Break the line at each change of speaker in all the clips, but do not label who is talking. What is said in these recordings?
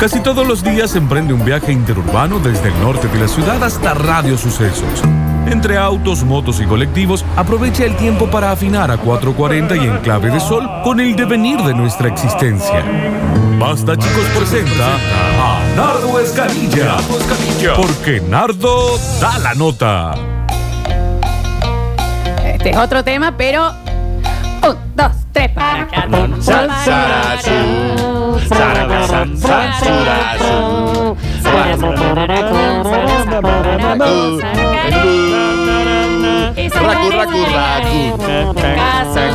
Casi todos los días emprende un viaje interurbano desde el norte de la ciudad hasta Radio Sucesos. Entre autos, motos y colectivos, aprovecha el tiempo para afinar a 440 y Enclave de Sol con el devenir de nuestra existencia. Basta chicos presenta a Nardo Escanilla, porque Nardo da la nota.
Este es otro tema, pero. Un, dos, tres, para acá.
Racu, racu, racu.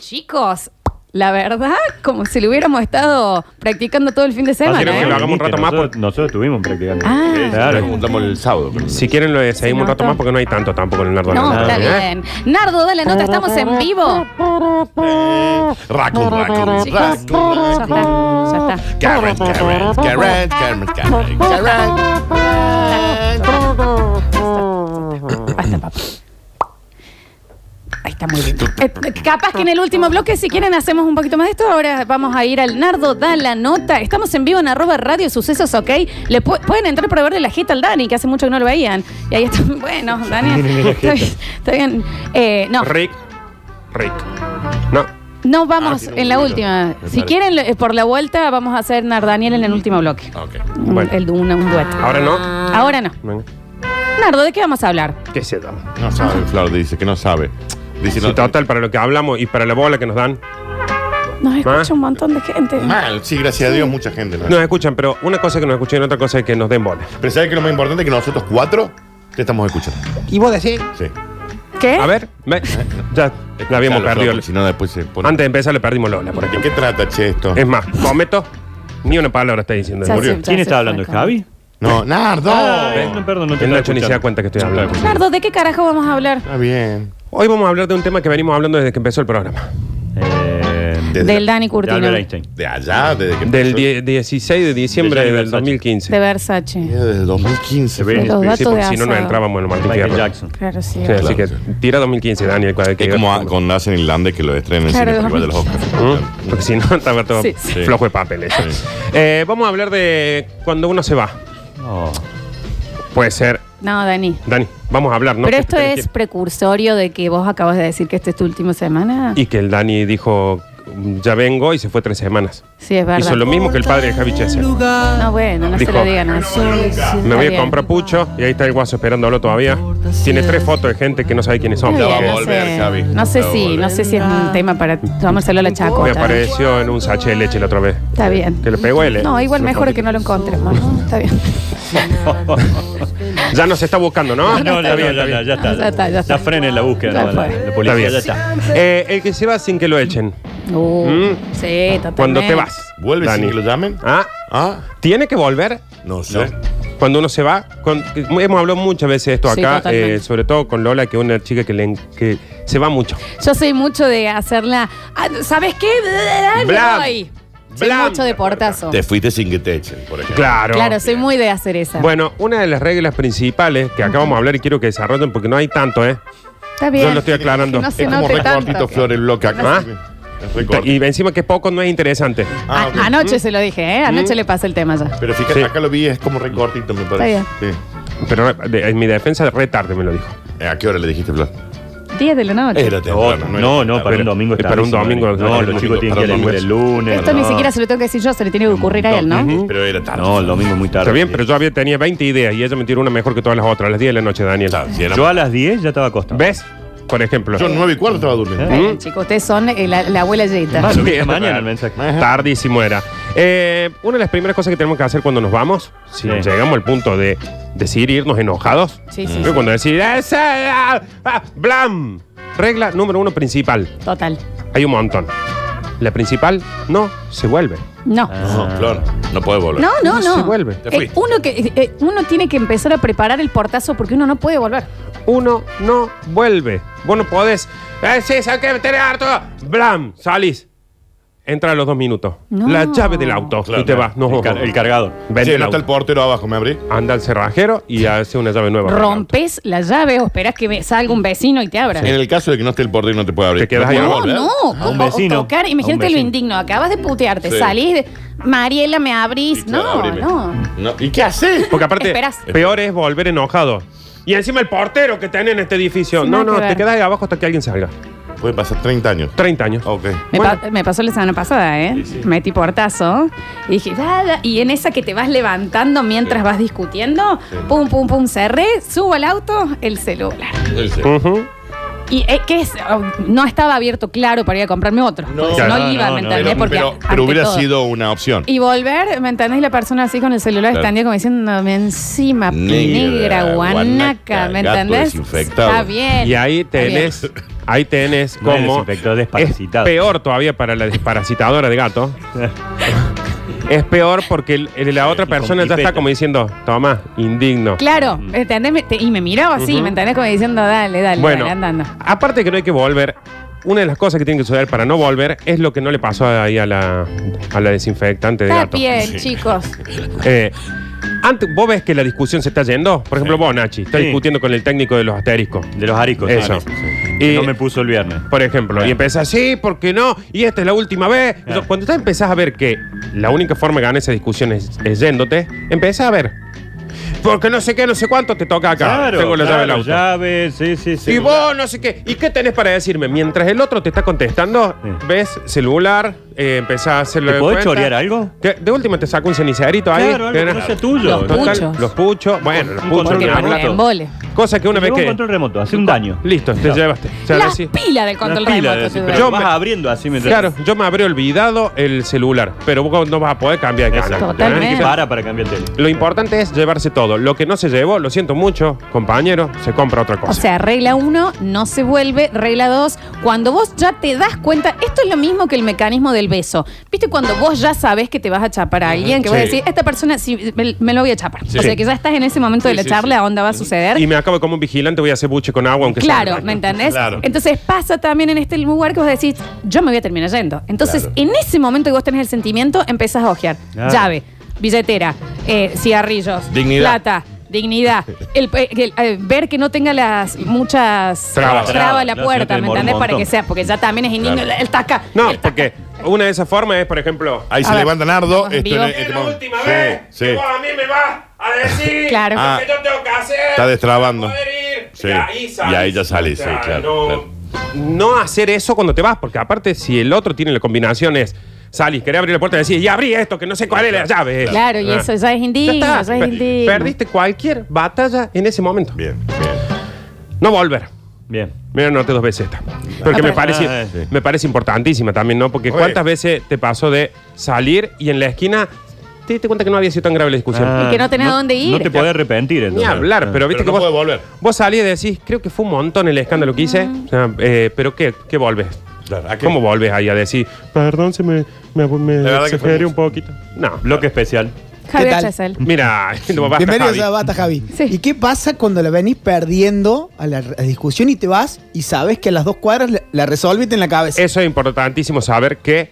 Chicos, la verdad, como si lo hubiéramos estado practicando todo el fin de semana.
Quiero que
¿eh?
lo hagamos un rato más
Nosotros, nosotros estuvimos practicando.
Ah.
Nos
Claro.
juntamos el sábado. pero-
Si quieren lo seguimos un rato más porque no hay tanto tampoco en el Nardo.
No,
Nada,
está
¿eh?
bien. Nardo, dale nota, estamos en vivo.
Eh, Racu, racu,
Chicos,
racu,
ya
racu.
está, ya está.
Carrot, carrot, carrot, carrot, carrot, carrot.
Ahí está muy bien. Eh, capaz que en el último bloque, si quieren, hacemos un poquito más de esto. Ahora vamos a ir al Nardo, da la nota. Estamos en vivo en arroba radio sucesos, ¿ok? Le pu- pueden entrar para verle la jeta al Dani, que hace mucho que no lo veían. Y ahí está. Bueno, Dani. Está bien. está bien. Eh, no,
Rick. Rick. No.
no vamos
Ah, tiene un
en la
número,
última.
me
Si
parece.
quieren, eh, por la vuelta, vamos a hacer Nardaniel en el último bloque.
Ok.
Un-
Bueno.
el, un, un dueto.
Ahora no.
Ahora no.
Venga.
Nardo, ¿de qué vamos a hablar?
¿Qué se da?
No sabe, Flor dice que no sabe. Dice
Si
no.
total, para lo que hablamos y para la bola que nos dan.
Nos escucha
Ah.
un montón de gente.
Mal, sí, gracias a Dios, mucha gente. ¿no?
Nos escuchan, pero una cosa es que nos escuchen y otra cosa es que nos den bola.
Pero ¿sabes que lo más importante es que nosotros cuatro te estamos escuchando?
¿Y vos decís?
Sí.
¿Qué?
A ver, ve. ya la habíamos
Eh, Escuchalo,
perdido.
Flor, porque Si no, después se pone.
Antes de empezar le perdimos Lola, por
¿De
ejemplo.
qué trata, che, esto?
Es más, cometo, ni una palabra está diciendo.
Ya
murió.
se- ya
¿Quién
se
está
fue
hablando? ¿Es
con-
Javi?
No, Nardo.
Ay, no, perdón, no te
El
estaba
Nacho ni se da
escuchando.
cuenta que estoy hablando.
No estaba escuchando.
Nardo, ¿de qué carajo vamos a hablar?
Está bien.
Hoy vamos a hablar de un tema que venimos hablando desde que empezó el programa.
Eh,
Desde
Del
la-
Dani
de Albert
Curtino.
Einstein.
De allá, desde que
Del
empezó.
die- 16 de diciembre
De Gianni
del
Versace.
2015.
De Versace.
Desde 2015.
De
Flor.
Los
Sí,
datos de
porque si no, no
asado.
entrábamos en el Martín
Michael
Fierro.
Jackson.
Claro, sí.
Sí, Así que tira 2015, Daniel. cuando-
Es como a- cuando hacen Irlanda que lo estrenan en el
Claro,
cine festival de los Oscars.
¿Mm? Porque si no, está todo
Sí, sí.
flojo de papeles.
Sí.
Eh, vamos a hablar de cuando uno se va.
No.
Puede ser.
No, Dani.
Dani, vamos a hablar, ¿no?
Pero
¿Qué-
esto
qué-
es precursorio de que vos acabas de decir que esta es tu última semana.
Y que el Dani dijo, ya vengo y se fue tres semanas.
Sí, es verdad.
Hizo lo mismo que el padre de Javi Chesel.
No, bueno, no se
Dijo,
lo digan así.
Me
Está
voy a
bien.
comprar pucho y ahí está el guaso esperándolo todavía. Tiene tres fotos de gente que no sabe quiénes son.
Está bien,
Ya va a
no
volver,
sé.
Javi.
No sé
Ya va a
si,
volver.
no sé si es un tema para tomárselo a la
Me
chacota.
apareció en un sachet de leche la otra vez.
Está bien.
Que le pegó él. ¿eh?
No, igual mejor que no lo encontremos. ¿no? Está bien.
Ya nos está buscando, ¿no?
No, no,
Está bien,
no,
está
no,
bien.
ya está.
Ya está, ya está.
Ya frenen la búsqueda.
Ya
no, la,
fue.
la policía
Está bien.
ya está.
Eh, el que se va sin que lo echen.
Uh,
Mm.
Sí, totalmente.
Cuando te vas.
¿Vuelve sin
Dani.
que lo llamen?
Ah,
Ah,
tiene que volver.
no sé.
Cuando uno se va, con- hemos hablado muchas veces de esto
Sí,
acá,
totalmente.
eh, sobre todo con Lola, que es una chica que, le en- que se va mucho.
Yo soy mucho de hacerla. Ah, ¿Sabes qué? Me
Blam.
voy. Soy
Blam.
mucho de portazo.
Te fuiste sin que te echen, por ejemplo.
Claro.
Claro, soy muy de hacer esa.
Bueno, una de las reglas principales que acá vamos a hablar y quiero que desarrollen porque no hay tanto, ¿eh?
Está bien.
Yo lo estoy aclarando.
No se
Es como
note
recortito,
tanto.
Flor, el bloque acá.
Ah.
Es recortito.
Y encima que poco no es interesante.
Ah,
A-
ok.
Anoche se lo dije,
Mm.
¿eh? Anoche le pasé el tema ya.
Pero fíjate,
Sí.
acá lo vi, es como recortito, me parece.
Está
Sí.
Pero de- en mi defensa, re tarde me lo dijo.
Eh, ¿A qué hora le dijiste, Flor?
10 de la noche.
Era
No,
temprano,
no, no, para
Pero-
un domingo
pero
está.
un domingo no,
No,
domingo,
los chicos tienen que ir
para
a la escuela el lunes.
Esto ni
no.
siquiera se lo tengo que decir yo, se le tiene que ocurrir a él, ¿no?
Pero era tarde.
No, el domingo es muy tarde.
Está bien, pero yo había, tenía 20 ideas y ella me tiró una mejor que todas las otras, a las 10 de la noche, Daniel.
Claro, si era-
Yo a las 10 ya estaba acostado.
¿Ves? Por ejemplo.
Yo nueve y cuarto estaba durmiendo.
Bueno, chicos, ustedes son eh, la, la abuela Yita.
Ah, lo vi
Bien.
esta mañana el mensaje.
Ajá.
Tardísimo era. Eh, una de las primeras cosas que tenemos que hacer cuando nos vamos,
Sí.
si llegamos al punto de decidir irnos enojados,
Sí, sí,
es
sí.
cuando decir, "Es, eh, ah, ah, ¡blam! Regla número uno principal.
Total.
Hay un montón. La principal, no se vuelve.
No.
No, Flor, no puede volver.
No, no,
Ah. No
no.
se vuelve.
Te fuiste.
Eh, uno, que, eh, uno tiene que empezar a preparar el portazo porque uno no puede volver.
Uno no vuelve. Vos no podés. "Eh, sí, ¿sabes qué? Me tenés harto. ¡Blam! Salís. entra a los dos minutos.
No.
La llave del auto.
Claro,
y te
no.
vas. No,
el, car- el cargador.
Vende
Sí,
el
no está el
auto.
portero abajo, ¿me abrí?
Anda al cerrajero y hace una llave nueva. para el auto.
Rompes la llave o esperas que ve- salga un vecino y te abra.
En el caso de que no esté el portero no te puede abrir.
Te quedas ahí
puedes
abajo.
No,
volver.
no.
A un
O- o
vecino.
tocar,
A un
imagínate lo
vecino.
indigno. Acabas de putearte,
Sí.
salís de. Mariela, me abrís.
Sí, claro,
no,
abrime.
no.
No, ¿Y qué haces?
Porque aparte,
Esperás.
peor es volver enojado. Y encima el portero que tiene en este edificio.
Sí, nada
no, no,
que ver.
te quedas ahí abajo hasta que alguien salga.
Puede pasar 30 años.
30 años.
Ok.
Me,
Bueno.
pa- me pasó la semana pasada, ¿eh? Metí portazo y dije, "Dada", y en esa que te vas levantando mientras vas discutiendo, pum, pum, pum, cerré, subo al auto, el celular.
Oh.
Ujú.
Y eh, que es, Oh, no estaba abierto, claro, para ir a comprarme otro.
No.
No,
Claro,
iba,
no,
¿me
no,
entendés?
Pero,
Porque
pero-
ante
pero hubiera
todo.
sido una opción.
Y volver, ¿me entendés? La persona así con el celular
Claro.
extendida como diciéndome encima,
Negra,
negra, guanaca,
guanaca,
¿me
gato
entendés?
desinfectado.
Está bien.
Y ahí tenés, ahí tenés
No hay
como.
desinfector,
es
desparasitado.
peor todavía para la desparasitadora de gato. es peor porque el- el- la otra
Y con
persona ya está
pipeta.
como diciendo, toma, indigno.
Claro, ¿entendés? Me- te- y me miraba así, ¿me entendés? Como diciendo, dale, dale,
Bueno,
dale, andando.
aparte de que no hay que volver, una de las cosas que tiene que suceder para no volver es lo que no le pasó ahí a la, a la desinfectante de
Está
gato.
bien, chicos.
Eh, antes, vos ves que la discusión se está yendo. Por ejemplo, vos, Nachi, estás
Sí.
discutiendo con el técnico de los asteriscos.
De los aricos.
Eso.
Ah, sí, sí.
Y-
Que no me puso el viernes.
Por ejemplo,
Claro.
y empezás, sí, ¿por qué no? Y esta es la última vez.
Claro.
Yo- Cuando tú empezás a ver que la única forma de ganar esa discusión es, es yéndote, empezás a ver. Porque no sé qué, no sé cuánto te toca acá. Tengo la llave del auto.
llave, sí, sí, sí.
Y vos no sé qué. ¿Y qué tenés para decirme? Mientras el otro te está contestando,
Sí.
ves celular, eh, empezás a hacerlo
¿Te
de
podés
cuenta.
chorear algo?
Que de última te saco un cenicerito ahí.
Claro, algo que
Tenés-
no sea tuyo.
Los
Total,
puchos.
Los puchos. Bueno, los
Un
puchos.
control
Porque
ni
remoto.
para
hablar.
un embole.
Cosa que una vez
Llevó un
que...
control remoto, hace un daño.
Listo, te
Claro.
llevaste. O sea,
La
decís-
pila del control
Una pila
remoto.
de-
te
pero
digo.
Yo
vas
me-
abriendo así mientras.
Claro, yo me habré olvidado el celular, pero vos no vas a poder cambiar de canal.
Exacto.
Totalmente.
Tenés que parar para cambiar el tele.
Lo importante es llevarse todo. Lo que no se llevó, lo siento mucho, compañero, se compra otra cosa.
O sea, regla uno, no se vuelve. Regla dos, cuando vos ya te das cuenta, esto es lo mismo que el mecanismo del beso. ¿Viste? Cuando vos ya sabes que te vas a chapar a alguien, que vas a
Sí.
decir, esta persona sí, me, me lo voy a chapar. O sea, que ya estás en ese momento de la charla, onda va a suceder.
y me acabo como un vigilante, voy a hacer buche con agua, aunque
Claro,
sea.
¿me entendés?
Claro.
Entonces pasa también en este lugar que vos decís, yo me voy a terminar yendo. Entonces, en ese momento que vos tenés el sentimiento, empezás a ojear.
Claro.
Llave, billetera, eh, cigarrillos,
Dignidad.
plata, dignidad. El, eh, el, eh, ver que no tenga las muchas
Trabas.
trabas a la
No,
puerta, ¿me
si no te demora
entendés?
un
Para que
montón.
sea, porque ya también es indigno.
Claro.
El taca.
No,
el taca.
porque una de esas formas es, por ejemplo,
Ahí
A
se
ver.
levanta Nardo.
Estamos en
Esto en
vivo.
este
es la
momento.
última vez
Sí,
que
sí.
vos a mí me vas a decir
Claro.
lo que
Ah.
yo tengo que hacer.
Está destrabando.
para poder ir.
Sí.
Y ahí salís.
Y ahí ya salís,
O sea,
sí, claro,
No,
claro.
no hacer eso cuando te vas, porque aparte, si el otro tiene la combinación es salís, querés abrir la puerta y decís, y abrí esto, que no sé cuál es la llave. Ah.
Claro, y eso ya es
Ya
indigno, ya,
está.
es
Per-
indigno.
Perdiste cualquier batalla en ese momento.
Bien, bien.
No volver.
Bien.
Mira, anoté dos veces esta. Porque me
pero-
parece,
Ah, sí.
me parece importantísima también, ¿no? Porque
Oye.
cuántas veces te pasó de salir y en la esquina te diste cuenta que no había sido tan grave la discusión.
Ah,
que no tenés a dónde ir.
No te podés arrepentir,
Ni
entonces. Ah.
hablar, pero viste
Pero no
que
puede
vos,
volver.
vos salís y decís, creo que fue un montón el escándalo que hice. O sea, eh, pero ¿qué, qué volves?
Claro, ¿a qué?
¿Cómo volves ahí a decir, perdón, se me, me, me
La verdad que fue
exageré
mucho.
un poquito? No.
Bloque especial.
Javier
tal?
Chesel.
Mira, no basta,
Bienvenidos
Javi.
a Basta Javi.
Sí.
¿Y qué pasa cuando la venís perdiendo a la, a la discusión y te vas y sabes que a las dos cuadras la, la resolviste en la cabeza?
Eso es importantísimo saber que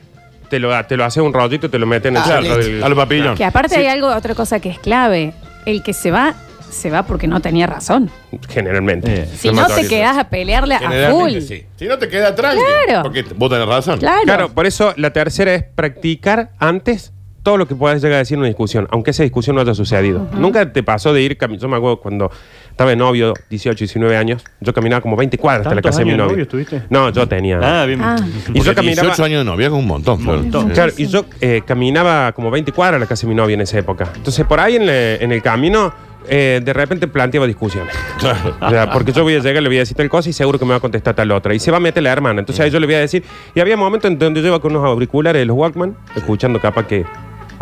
te lo, te lo hace un ratito y te lo meten en
Ah,
el
listo.
cerro del-
A los papillón.
Que aparte hay algo, otra cosa que es clave. El que se va, se va porque no tenía razón.
Eh.
Generalmente.
Si
La
no te
mayoría.
quedas a pelearle a full.
Generalmente sí. Si no te queda tranqui.
Claro.
Porque t- vos tenés razón.
Claro.
Claro, por eso la tercera es practicar antes todo lo que puedas llegar a decir en una discusión, aunque esa discusión no haya sucedido. Nunca te pasó de ir cami- Yo me acuerdo cuando estaba de novio, 18, 19 años, yo caminaba como 20 cuadras hasta la
¿Tantos
casa de mi
años de
novio.
novio estuviste?
No, yo tenía.
Ah, bien.
Ah.
Y yo
Porque
caminaba-
18 años de novia es un montón, Flor.
montón.
Claro, y yo eh, caminaba como 20 cuadras a la casa de mi novia en esa época. Entonces, por ahí en, le- en el camino, eh, de repente planteaba discusiones.
Claro.
O sea, porque yo voy a llegar, le voy a decir tal cosa y seguro que me va a contestar tal otra. Y se va a meter la hermana. Entonces ahí yo le voy a decir. Y había momentos en donde yo iba con unos auriculares de los Walkman, escuchando capaz que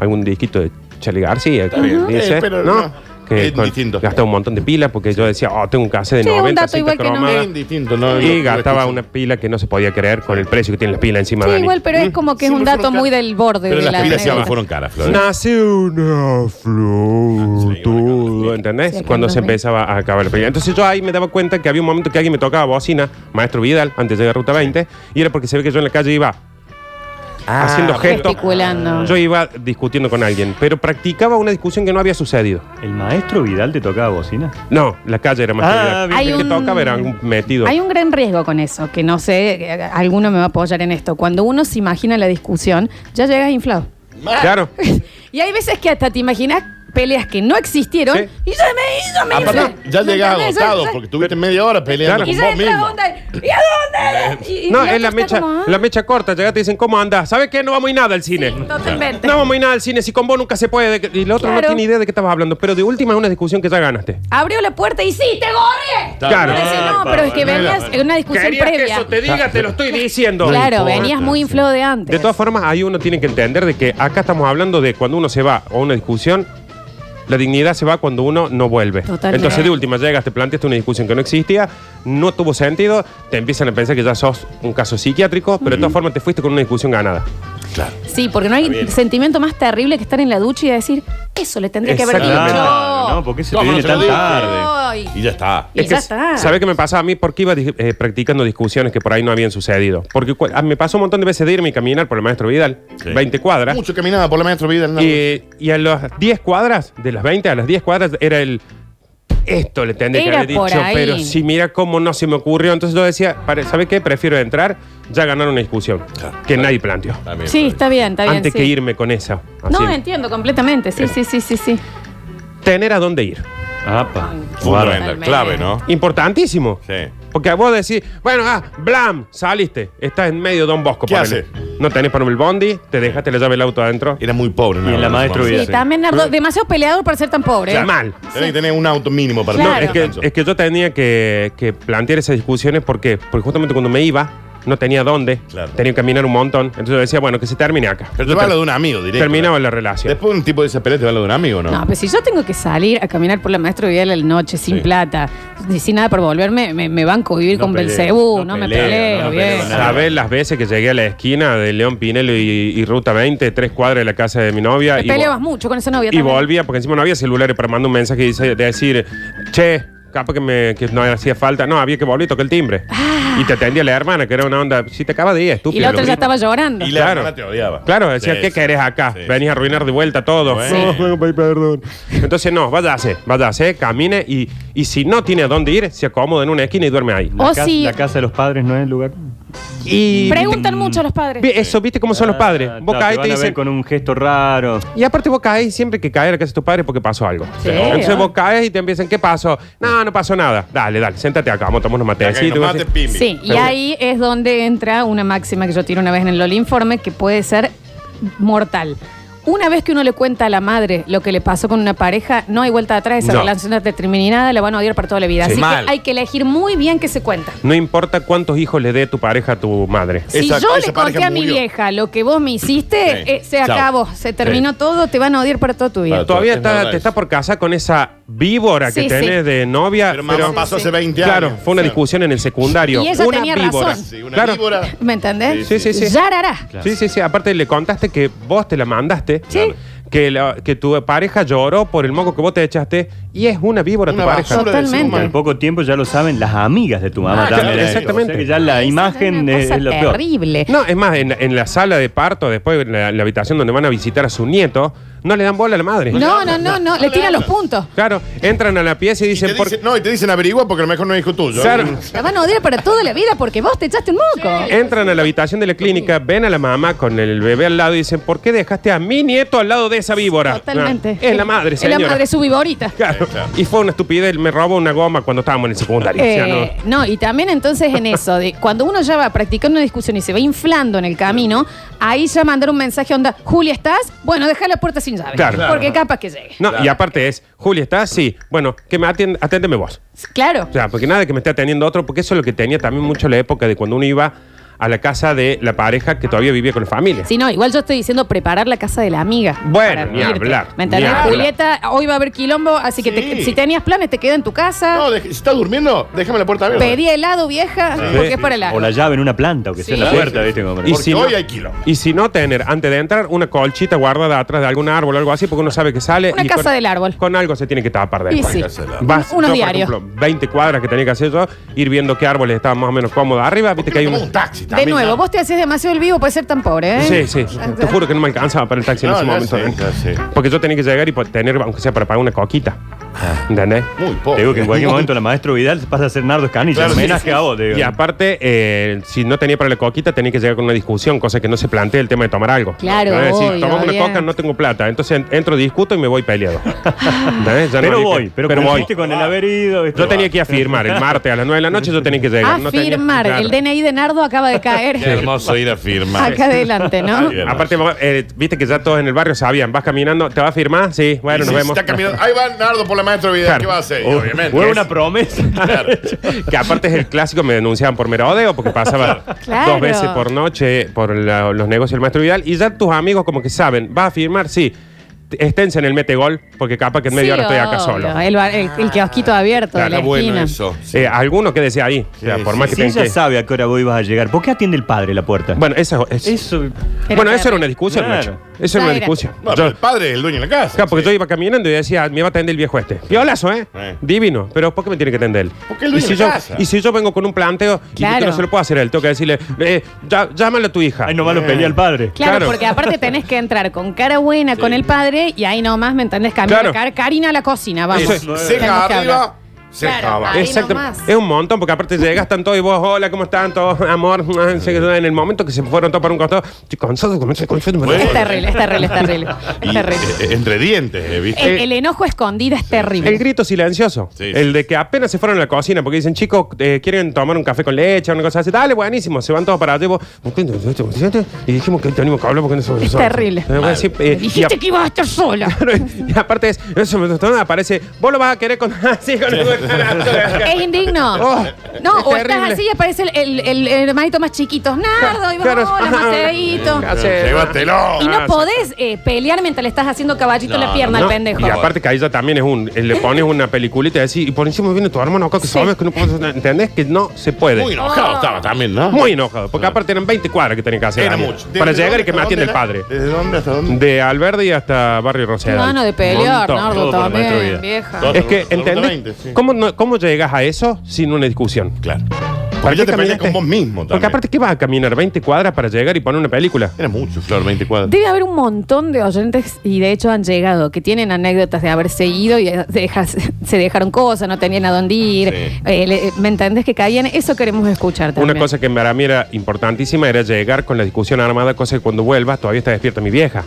algún disquito de Charlie García.
bien.
dice,
Eh, pero no, es distinto.
Gastaba un montón de pilas porque yo decía, oh, tengo un cassette de
Sí, un
90,
dato
cinta
igual que no.
cromada.
Es indistinto, ¿no?
Y
No-
gastaba
no
una pila que no se podía creer con el precio que tiene la pila encima
Sí,
de
igual, pero
Mm.
es como que es un
Siempre
dato
fueron
muy
caras.
del borde
Pero
de la
las pilas siempre
anécdota.
fueron caras, Flor.
Nace una flor,
Sí,
todo, ¿entendés?
Sí, acá
Cuando
nos
se
ven.
empezaba a acabar la película. Entonces yo ahí me daba cuenta que había un momento que alguien me tocaba bocina, Maestro Vidal, antes de llegar a Ruta 20, y era porque se ve que yo en la calle iba...
Ah,
haciendo gestos.
gesticulando.
Yo iba discutiendo con alguien, pero practicaba una discusión que no había sucedido.
¿El maestro Vidal te tocaba bocina?
No, la calle era más
Ah,
que
bien.
El
Hay
que
un-
tocaba era un metido.
Hay un gran riesgo con eso, que no sé, eh, alguno me va a apoyar en esto. Cuando uno se imagina la discusión, ya llegas inflado.
Claro.
Y hay veces que hasta te imaginas peleas que no existieron
Sí. Ah,
y ya me, y ya me
Aparte,
inflé.
ya
¿Me
llegas
entendés? Yo-
agotado
yo-
porque tuviste media hora peleando
Claro.
Y
con
ya
vos
entra
mismo.
onda. ¿Y a dónde? Y- y-
Eh, No,
y
es
otro
la
está
mecha,
como, ah,
la mecha corta. Llegás y te dicen, ¿cómo andás? ¿Sabes qué? No vamos a ir nada al cine.
Totalmente.
No vamos a ir nada al cine. Si con vos nunca se puede. Y el otro no
Claro.
tiene idea de qué estabas hablando. Pero de última es una discusión que ya ganaste.
Abrió la puerta y sí, te gorre.
Claro.
Pero decís, no, pero es que
Bueno,
venías en una discusión
Querías que
previa.
eso te diga, te lo estoy diciendo.
Claro,
importa,
venías muy
sí.
inflado de antes.
De todas formas, ahí uno tiene que entender de que acá estamos hablando de cuando uno se va a una discusión, la dignidad se va cuando uno no vuelve.
Totalmente.
Entonces, de última, llegas, te planteaste una discusión que no existía, no tuvo sentido, te empiezan a pensar que ya sos un caso psiquiátrico, pero de todas formas te fuiste con una discusión ganada.
Sí, porque no hay sentimiento más terrible que estar en la ducha y decir, eso le tendría que haber dicho.
Exactamente.
Claro, no, porque se te
¿Cómo no
viene
se
tan
lo digo?
tarde.
Ay.
Y ya está.
Y
Es que,
ya está.
¿Sabes qué me pasa a mí? Porque iba dis- eh, practicando discusiones que por ahí no habían sucedido. Porque cu- a- me pasó un montón de veces de irme y caminar por el maestro Vidal,
Sí.
20 cuadras.
Mucho caminada por la maestro vida. ¿no?
Y, y a las 10 cuadras, de las 20 a las 10 cuadras, era el. Esto le tendría que
Era
haber dicho,
por ahí.
pero si mira cómo no se me ocurrió. Entonces yo decía, ¿sabes qué? Prefiero entrar, ya ganar una discusión
Claro.
que nadie planteó.
Está bien,
Sí,
está
está bien, está bien.
Antes
sí.
que irme con esa. Así,
No, entiendo completamente. Sí, sí, sí, sí, sí.
Tener a dónde ir.
Apa.
bien.
Guarda.
Fundamental, clave, ¿no?
Importantísimo.
Sí.
Porque vos decís, bueno, ah, blam, saliste. Estás en medio de un bosco.
¿Qué
ponele.
hace?
No tenés para el bondi, te dejaste la llave del auto adentro.
Era muy pobre.
Y en la maestro
Sí,
Vidal.
también, Nardo, demasiado peleador para ser tan pobre. ¿eh?
Ya, mal.
Tenés que tener un auto mínimo para
Claro.
No, es que, es que yo tenía que, que plantear esas discusiones porque, porque justamente cuando me iba, no tenía dónde.
Claro.
Tenía que caminar un montón. Entonces yo decía, bueno, que se termine acá.
Pero te
Yo
va
ter-
lo de un amigo, directo. ¿eh?
Terminaba la relación.
Después un tipo de esa pelea te va lo de un amigo, ¿no?
No, pero si yo tengo que salir a caminar por la maestra Vidal a la noche sin
Sí.
plata, ni sin nada por volverme, me, me banco vivir
No
con
peleo,
Belcebú,
no
no, me
peleo,
peleo,
no
bien.
peleo nada.
¿Sabes las veces que llegué a la esquina de León Pinelo y, y Ruta 20, tres cuadras de la casa de mi novia?
Te
y, vol-
peleabas mucho con esa novia
y
también.
volvía, porque encima no había celulares para mandar un mensaje y dice- de decir, che, capaz que, me, que no hacía falta. No, había que volver y toqué el timbre. Y te atendía la hermana, que era una onda, si te acaba de ir,
Ah. Y
estúpido.
la otra
lo
ya
mismo".
estaba llorando.
Y la
Claro.
hermana te odiaba.
Claro, decía,
Sí,
¿qué
sí.
querés acá?
Sí.
Venís a arruinar de vuelta todo.
Sí.
No, pe- perdón. Entonces, no, váyase, váyase, camine y, y si no tiene a dónde ir, se acomoda en una esquina y duerme ahí.
La,
O
casa,
si-
la casa de los padres no es el lugar.
Y
Preguntan mucho a los padres.
vi- eso, ¿viste cómo son los padres?
Ah,
Vos
no,
caes
te van
y te
a ver
dicen...
con un gesto raro.
Y aparte vos caes siempre que caes a la casa de tus padres porque pasó algo.
Sí.
Entonces vos caes y te empiezan, ¿qué pasó? No, no pasó nada. Dale, dale, séntate acá, vamos a tomar unos
Te acá y
matecitos.
nos mate, pimbi.
Sí, y
Pero-
ahí es donde entra una máxima que yo tiro una vez en el LOL Informe que puede ser mortal. Una vez que uno le cuenta a la madre lo que le pasó con una pareja, no hay vuelta atrás, esa
No.
relación es determinada, la van a odiar para toda la vida.
Sí.
Así
Mal.
que hay que elegir muy bien qué se cuenta.
No importa cuántos hijos le dé tu pareja a tu madre.
Si
Esa-
yo
esa
le
pareja
conté a mi
murió.
vieja lo que vos me hiciste,
Sí.
eh, se
Chao.
acabó, se terminó todo, te van a odiar para toda tu vida.
Para toda
Todavía
Es
está-
verdad
te
eso.
estás por casa con esa víbora que
Sí,
tenés
sí.
de novia.
Pero mamá pasó
Sí, sí.
hace 20 años.
Claro, fue una discusión en el secundario.
Y ella
una
tenía
víbora.
razón.
Sí, una
Claro.
víbora.
¿Me entendés?
Sí, sí, sí.
Yarará.
Sí, sí, sí. Aparte le contaste que vos te la mandaste.
Sí.
Que, la- que tu pareja lloró por el moco que vos te echaste. Y es una víbora
Una
tu pareja.
basura de ser
Totalmente.
Al
humano.
poco tiempo ya lo saben las amigas de tu mamá
Ah,
también. ¿eh?
claro,
exactamente.
O sea que ya la
Esa
imagen
una
es,
cosa
es lo peor.
terrible.
No, es más, en, en la sala de parto, después en la, la habitación donde van a visitar a su nieto, no le dan bola a la madre.
No, no, no, no, le tiran los puntos.
Claro, entran a la pieza y
Y te
dicen... por-
dicen- No, y te dicen averigua porque a lo mejor no es hijo tuyo.
Claro.
La van a odiar para toda la vida porque vos te echaste un moco.
Entran a la habitación de la clínica, ven a la mamá con el bebé al lado y dicen, ¿por qué dejaste a mi nieto al lado de esa víbora?
Totalmente.
Ah, es la madre,
Es la
señora.
madre su viborita.
Claro.
Sí, claro.
Y fue una estupidez, me robó una goma cuando estábamos en el secundario. O sea,
Eh,
no.
no, y también entonces en eso, de cuando uno ya va practicando una discusión y se va inflando en el camino, ahí ya mandar un mensaje onda, Julia, ¿estás? Bueno, deja la puerta sin llave.
Claro.
Porque capaz que llegue.
No, y aparte es, Julia, ¿estás? Sí. Bueno, que me atiende, aténdeme vos.
Claro.
O sea, porque nada de que me esté atendiendo otro, porque eso es lo que tenía también mucho la época de cuando uno iba a la casa de la pareja que todavía vivía con la familia.
Si no, igual yo estoy diciendo preparar la casa de la amiga.
Bueno,
para
ni
irte.
hablar,
¿Me entendés?
ni hablar.
Julieta, hoy va a haber quilombo, así que
Sí.
te- si tenías planes, te queda en tu casa.
No, dej- si estás durmiendo, déjame la puerta abierta.
Pedí helado, vieja, porque es para helado.
O la llave en una planta, o que sea en la
Sí.
puerta,
Sí.
¿viste? Como para-
Y
Porque
si no-
hoy hay kilo.
Y si no, tener antes de entrar una colchita guardada atrás de algún árbol o algo así, porque uno sabe que sale.
Una
y
casa del árbol.
Con algo se tiene que tapar de
Y sí.
Vas,
Unos
yo,
diarios.
Por ejemplo, 20 cuadras que tenía que hacer yo, ir viendo qué árboles estaban más o menos cómodos arriba. Viste que hay
Como
un.
un taxi
De
también,
nuevo,
no.
vos te haces demasiado el vivo, puede ser tan pobre, ¿eh?
Sí, sí. Te juro que no me alcanzaba para el taxi en
No,
ese
ya
momento.
sé, ya sé.
Porque yo tenía que llegar y po- tener, aunque sea para pagar una coquita.
Ah.
¿Entendés?
Muy poco.
Te digo que en cualquier momento la maestro Vidal pasa a ser Nardo Escanilla.
Claro, sí,
homenaje
sí,
a vos, te digo.
Y aparte, eh, si no tenía para la coquita, tenía que llegar con una discusión, cosa que no se plantea el tema de tomar algo.
Claro,
¿No? Es decir,
obvio,
tomamos una
bien.
coca, no tengo plata. Entonces en- entro, discuto y me voy peleado. ¿Entendés? Ya no
pero
hay que-
voy, pero,
pero voy.
cumpliste con el haber ido. ¿viste?
Yo tenía que ir a firmar el martes a las 9 de la noche, yo tenía que llegar. No tenía-
Afirmar.
Claro.
El DNI de Nardo acaba de caer
Qué hermoso ir a firmar.
acá adelante, ¿no?
Ahí viene.
Aparte, mamá, eh, viste que ya todos en el barrio sabían, vas caminando, ¿te vas a firmar? Sí, bueno,
Y
nos
si
vemos.
Está caminando. Ahí va Nardo por la maestra Vidal.
Claro.
¿Qué va a hacer?
Uy,
Obviamente.
Fue
Es-
una promesa.
Claro.
que aparte es el clásico, me denunciaban por merodeo porque pasaba
Claro.
dos veces por noche por la- los negocios del maestro Vidal y ya tus amigos como que saben, vas a firmar, sí, esténse en el metegol porque capaz que en media
Sí,
hora estoy acá
obvio. Eh,
solo.
El, bar- el- el kiosquito abierto de la
Está bueno
esquina.
eso.
Eh, alguno que decía ahí, o sea,
Sí,
por
sí,
más que
Si
tenga
ella
que-
sabe a qué hora vos ibas a llegar, ¿por qué atiende el padre la puerta?
Bueno, esa es-
eso.
bueno, eso
terrible.
era una discusión,
Claro.
Nacho. Eso era una
Ya era.
discusión.
No,
Yo-
pero el padre es el dueño de la casa.
Claro, porque
Sí.
yo iba caminando y decía, me va a atender el viejo este. Violazo, ¿eh?
Eh.
Divino. Pero ¿por qué me tiene que atender él?
Porque él
y,
vive
si
en
yo,
casa.
y si yo vengo con un planteo y
Claro.
no se lo puedo hacer a él, tengo que decirle, eh, ya- llámale a tu hija.
Ay, nomás lo pelea el padre.
Claro,
Claro.
porque aparte tenés que entrar con cara buena con el padre y ahí nomás, ¿me entendés? Camila,
Claro.
Car- Karina a la cocina, vamos.
Eso
Tenemos
es.
que
Ceja
hablar.
arriba, ceja
Claro,
abajo.
ahí
Exacto.
nomás.
Es un montón, porque aparte llegas tan todos y vos, hola, ¿cómo están todos? Amor, en el momento que se fueron todos para un costado, estoy cansado, con
Es
Bueno.
terrible, es terrible, es terrible. Es
Y,
terrible.
eh, entre dientes, eh, ¿viste?
El, el enojo escondido es terrible.
El grito silencioso.
Sí, sí.
el de que apenas se fueron a la cocina porque dicen, chicos, eh, quieren tomar un café con leche o una cosa así. Dale, buenísimo. Se van todos para allá. y vos, Y dijimos que tenemos que hablar porque no somos
Es
nosotros.
terrible.
Eh, bueno, sí, eh, y,
Dijiste
a-
que ibas a estar sola.
y aparte es, eso, aparece, vos lo vas a querer con. así, con
Es indigno.
Oh,
no,
es
o estás
terrible.
así y aparece el, el, el hermanito más chiquito. Nardo, y vos,
Claro.
hola, Mateito.
Claro.
Eh, Llévatelo.
Y
Ah,
no
sí.
podés eh, pelear mientras le estás haciendo caballito en la
No,
pierna
No,
al pendejo.
Y aparte que ahí ya también es un, eh, le pones una peliculita y decís, y por encima viene tu hermano acá que
Sí.
sabes que no puedes, ¿entendés? Que no se puede.
Muy enojado
Oh.
estaba también, ¿no?
Muy enojado, porque aparte eran 20 cuadras que tenía que hacer.
Era
Daniel,
mucho.
Para
¿Desde
llegar
dónde
y que me
hasta
atienda el
dónde
padre.
era? ¿Desde dónde hasta dónde?
De Alberdi hasta Barrio Roseda.
No, no, de pelear,
Montón.
Nardo,
Todo por Maestro
también,
Vidal.
vieja.
Todo.
Es que,
Ruta
¿entendés?
20, sí.
¿Cómo, no- ¿Cómo llegas a eso sin una discusión?
Claro. Porque ya te peleas
caminaste?
con vos mismo también.
Porque aparte, ¿qué vas a caminar 20 cuadras para llegar y poner una película?
Era mucho, Flor, 24.
Debe haber un montón de oyentes, y de hecho han llegado, que tienen anécdotas de haberse ido y de dejarse- se dejaron cosas, no tenían a dónde ir.
Sí.
Eh, le- ¿Me entendés que caían? Eso queremos escuchar también.
Una cosa que para mí era importantísima era llegar con la discusión armada, cosa que cuando vuelvas todavía está despierta mi vieja.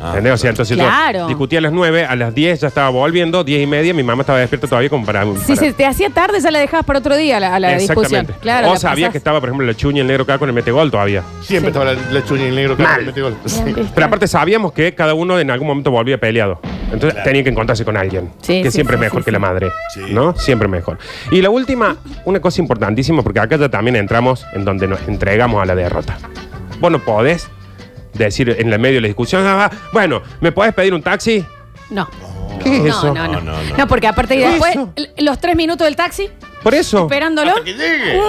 ¿Entendés? O sea, entonces
Claro.
yo discutí a las 9, a las 10 ya estaba volviendo, 10 y media, mi mamá estaba despierta todavía como para...
Si
para-
se te hacía tarde, ya la dejabas para otro día la, a la discusión.
Exactamente.
Claro,
o
la
sabía
pasás.
que estaba, por ejemplo, la chuña, el negro acá con el metegol todavía.
Siempre estaba la, la chuña y el negro. Mal. Sí.
Pero aparte sabíamos que cada uno en algún momento volvía peleado. Entonces tenía que encontrarse con alguien.
Sí,
que
sí,
siempre
sí,
es mejor
sí,
que la
sí.
madre.
Sí.
¿No? Siempre mejor. Y la última, una cosa importantísima, porque acá ya también entramos en donde nos entregamos a la derrota. Vos no podés decir en el medio de la discusión, "Ah, bueno, ¿me podés pedir un taxi?
No.
¿Qué es
No, no,
eso?
no,
No, no, no.
No, porque aparte y
¿Qué
después,
eso? Oh.
l- los tres minutos del taxi,
Por eso,
esperándolo.
Hasta que llegue.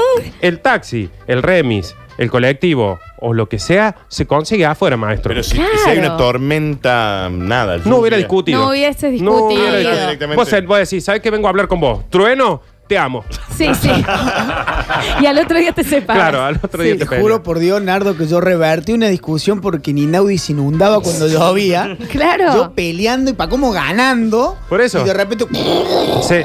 el taxi, el remis, el colectivo o lo que sea, se consigue afuera, maestro.
Pero si,
Claro.
si hay una tormenta, nada.
No hubiera
lluvia.
discutido.
No hubiese
No hubiera
discutido.
discutido.
Directamente.
Vos, vos decís, ¿sabes qué vengo a hablar con vos? Trueno, te amo.
Sí, sí. y al otro día te separas.
Claro, al otro
Sí,
día
te
te
juro por Dios, Nardo, que yo revertí una discusión porque Ninaudi se inundaba cuando llovía.
Claro.
Yo peleando y para cómo ganando.
Por eso.
Y de repente.
peleo. Sí.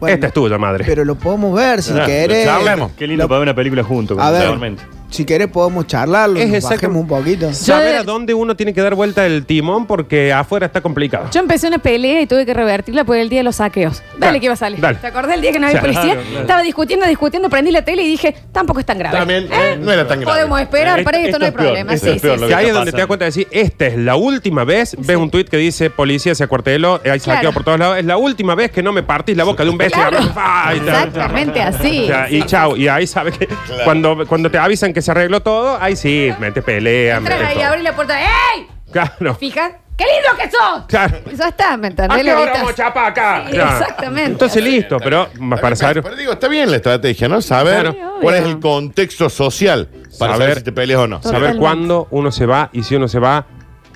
Bueno,
Esta es tuya, madre.
Pero lo podemos ver si
Ah,
querés.
lo charlemos.
Qué lindo
Lo-
para ver una película juntos.
A ver.
realmente.
Si querés podemos charlarlo.
Es
nos
exacto-
bajemos un poquito.
Saber
Yo-
a dónde uno tiene que dar vuelta el timón porque afuera está complicado.
Yo empecé una pelea y tuve que revertirla por el día de los saqueos. Dale
Claro,
que iba a salir.
dale.
¿Te acordás el día que no había
Claro,
policía?
claro.
Estaba discutiendo, discutiendo, prendí la tele y dije, tampoco es tan grave.
También eh, no era tan grave.
Podemos esperar,
Eh,
para esto,
esto-
no hay
esto es peor,
problema.
esto
Sí,
es peor,
sí,
lo
sí.
que ahí es donde
pasando.
te das cuenta de decir, esta es la última vez, ves un tuit que dice, policía se acuarteló, eh, hay saqueo
Claro.
por todos lados, es la última vez que no me partís la boca de un bestia.
Claro.
Ay, ta-
Exactamente así.
ah, O sea, y chao, y ahí sabes que cuando, cuando te avisan que se arregló todo, ahí sí, mete pelea,
Entras
mete
ahí,
todo.
abrí la puerta. ¡Ey!
Claro.
Fija, ¡qué lindo que sos!
Claro.
Eso está, ¿me
¿A
entendés?
qué
Lo
hora
gritas.
vamos, chapa, acá?
Sí,
Claro.
exactamente.
Entonces listo, pero
Está bien,
más para
pero-
saber...
Pero digo, está bien la estrategia, ¿no? Saber
Claro.
Sí, obvio.
cuál es el contexto social para saber,
Saber-
si te peleas o no.
Saber
Totalmente.
cuándo uno se va y si uno se va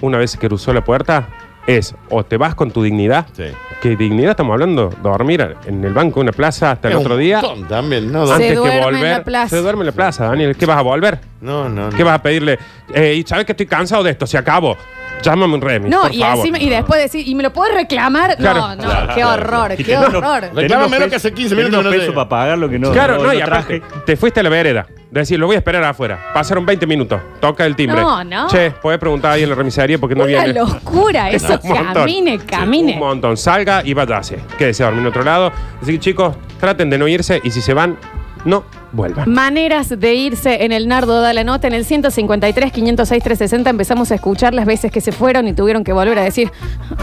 una vez que cruzó la puerta, es o te vas con tu dignidad,
Sí.
que dignidad estamos hablando, dormir en el banco, en una plaza hasta el
Es un
otro día,
montón También, no,
Se
antes
duerme
que
en
volver.
la plaza.
Se duerme en la plaza, Daniel. ¿Qué vas a volver?
no, no. no.
¿Qué vas a pedirle? Eh, y sabes que estoy cansado de esto, se acabó. Llámame un remis.
No,
por
y,
favor.
encima, y después decir, ¿y me lo puedo reclamar? no,
Claro.
no, qué horror, qué
Tenés unos-
horror.
tenés
Reclámame
unos
lo que hace
pesos-
15
tenés
minutos
unos
que no
pesos
te-
para pagar lo que no.
Claro, no,
no
y
traje.
aparte, te fuiste a la vereda. Decir, lo voy a esperar afuera. Pasaron 20 minutos. Toca el timbre.
No, no.
Che, podés preguntar ahí en la remisería porque no
Una
viene.
locura, eso.
un montón.
camine, camine.
Un montón. Salga y vayase. Quédese a dormir en otro lado. Así que, chicos, traten de no irse y si se van, no vuelvan.
Maneras de irse en el Nardo da la nota. En el 153, 506, 360 empezamos a escuchar las veces que se fueron y tuvieron que volver a decir: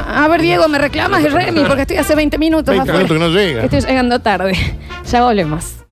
A ver, Diego, me reclamas el Remy porque estoy hace 20 minutos.
20
afuera.
minutos que no llega.
Estoy llegando tarde. Ya volvemos.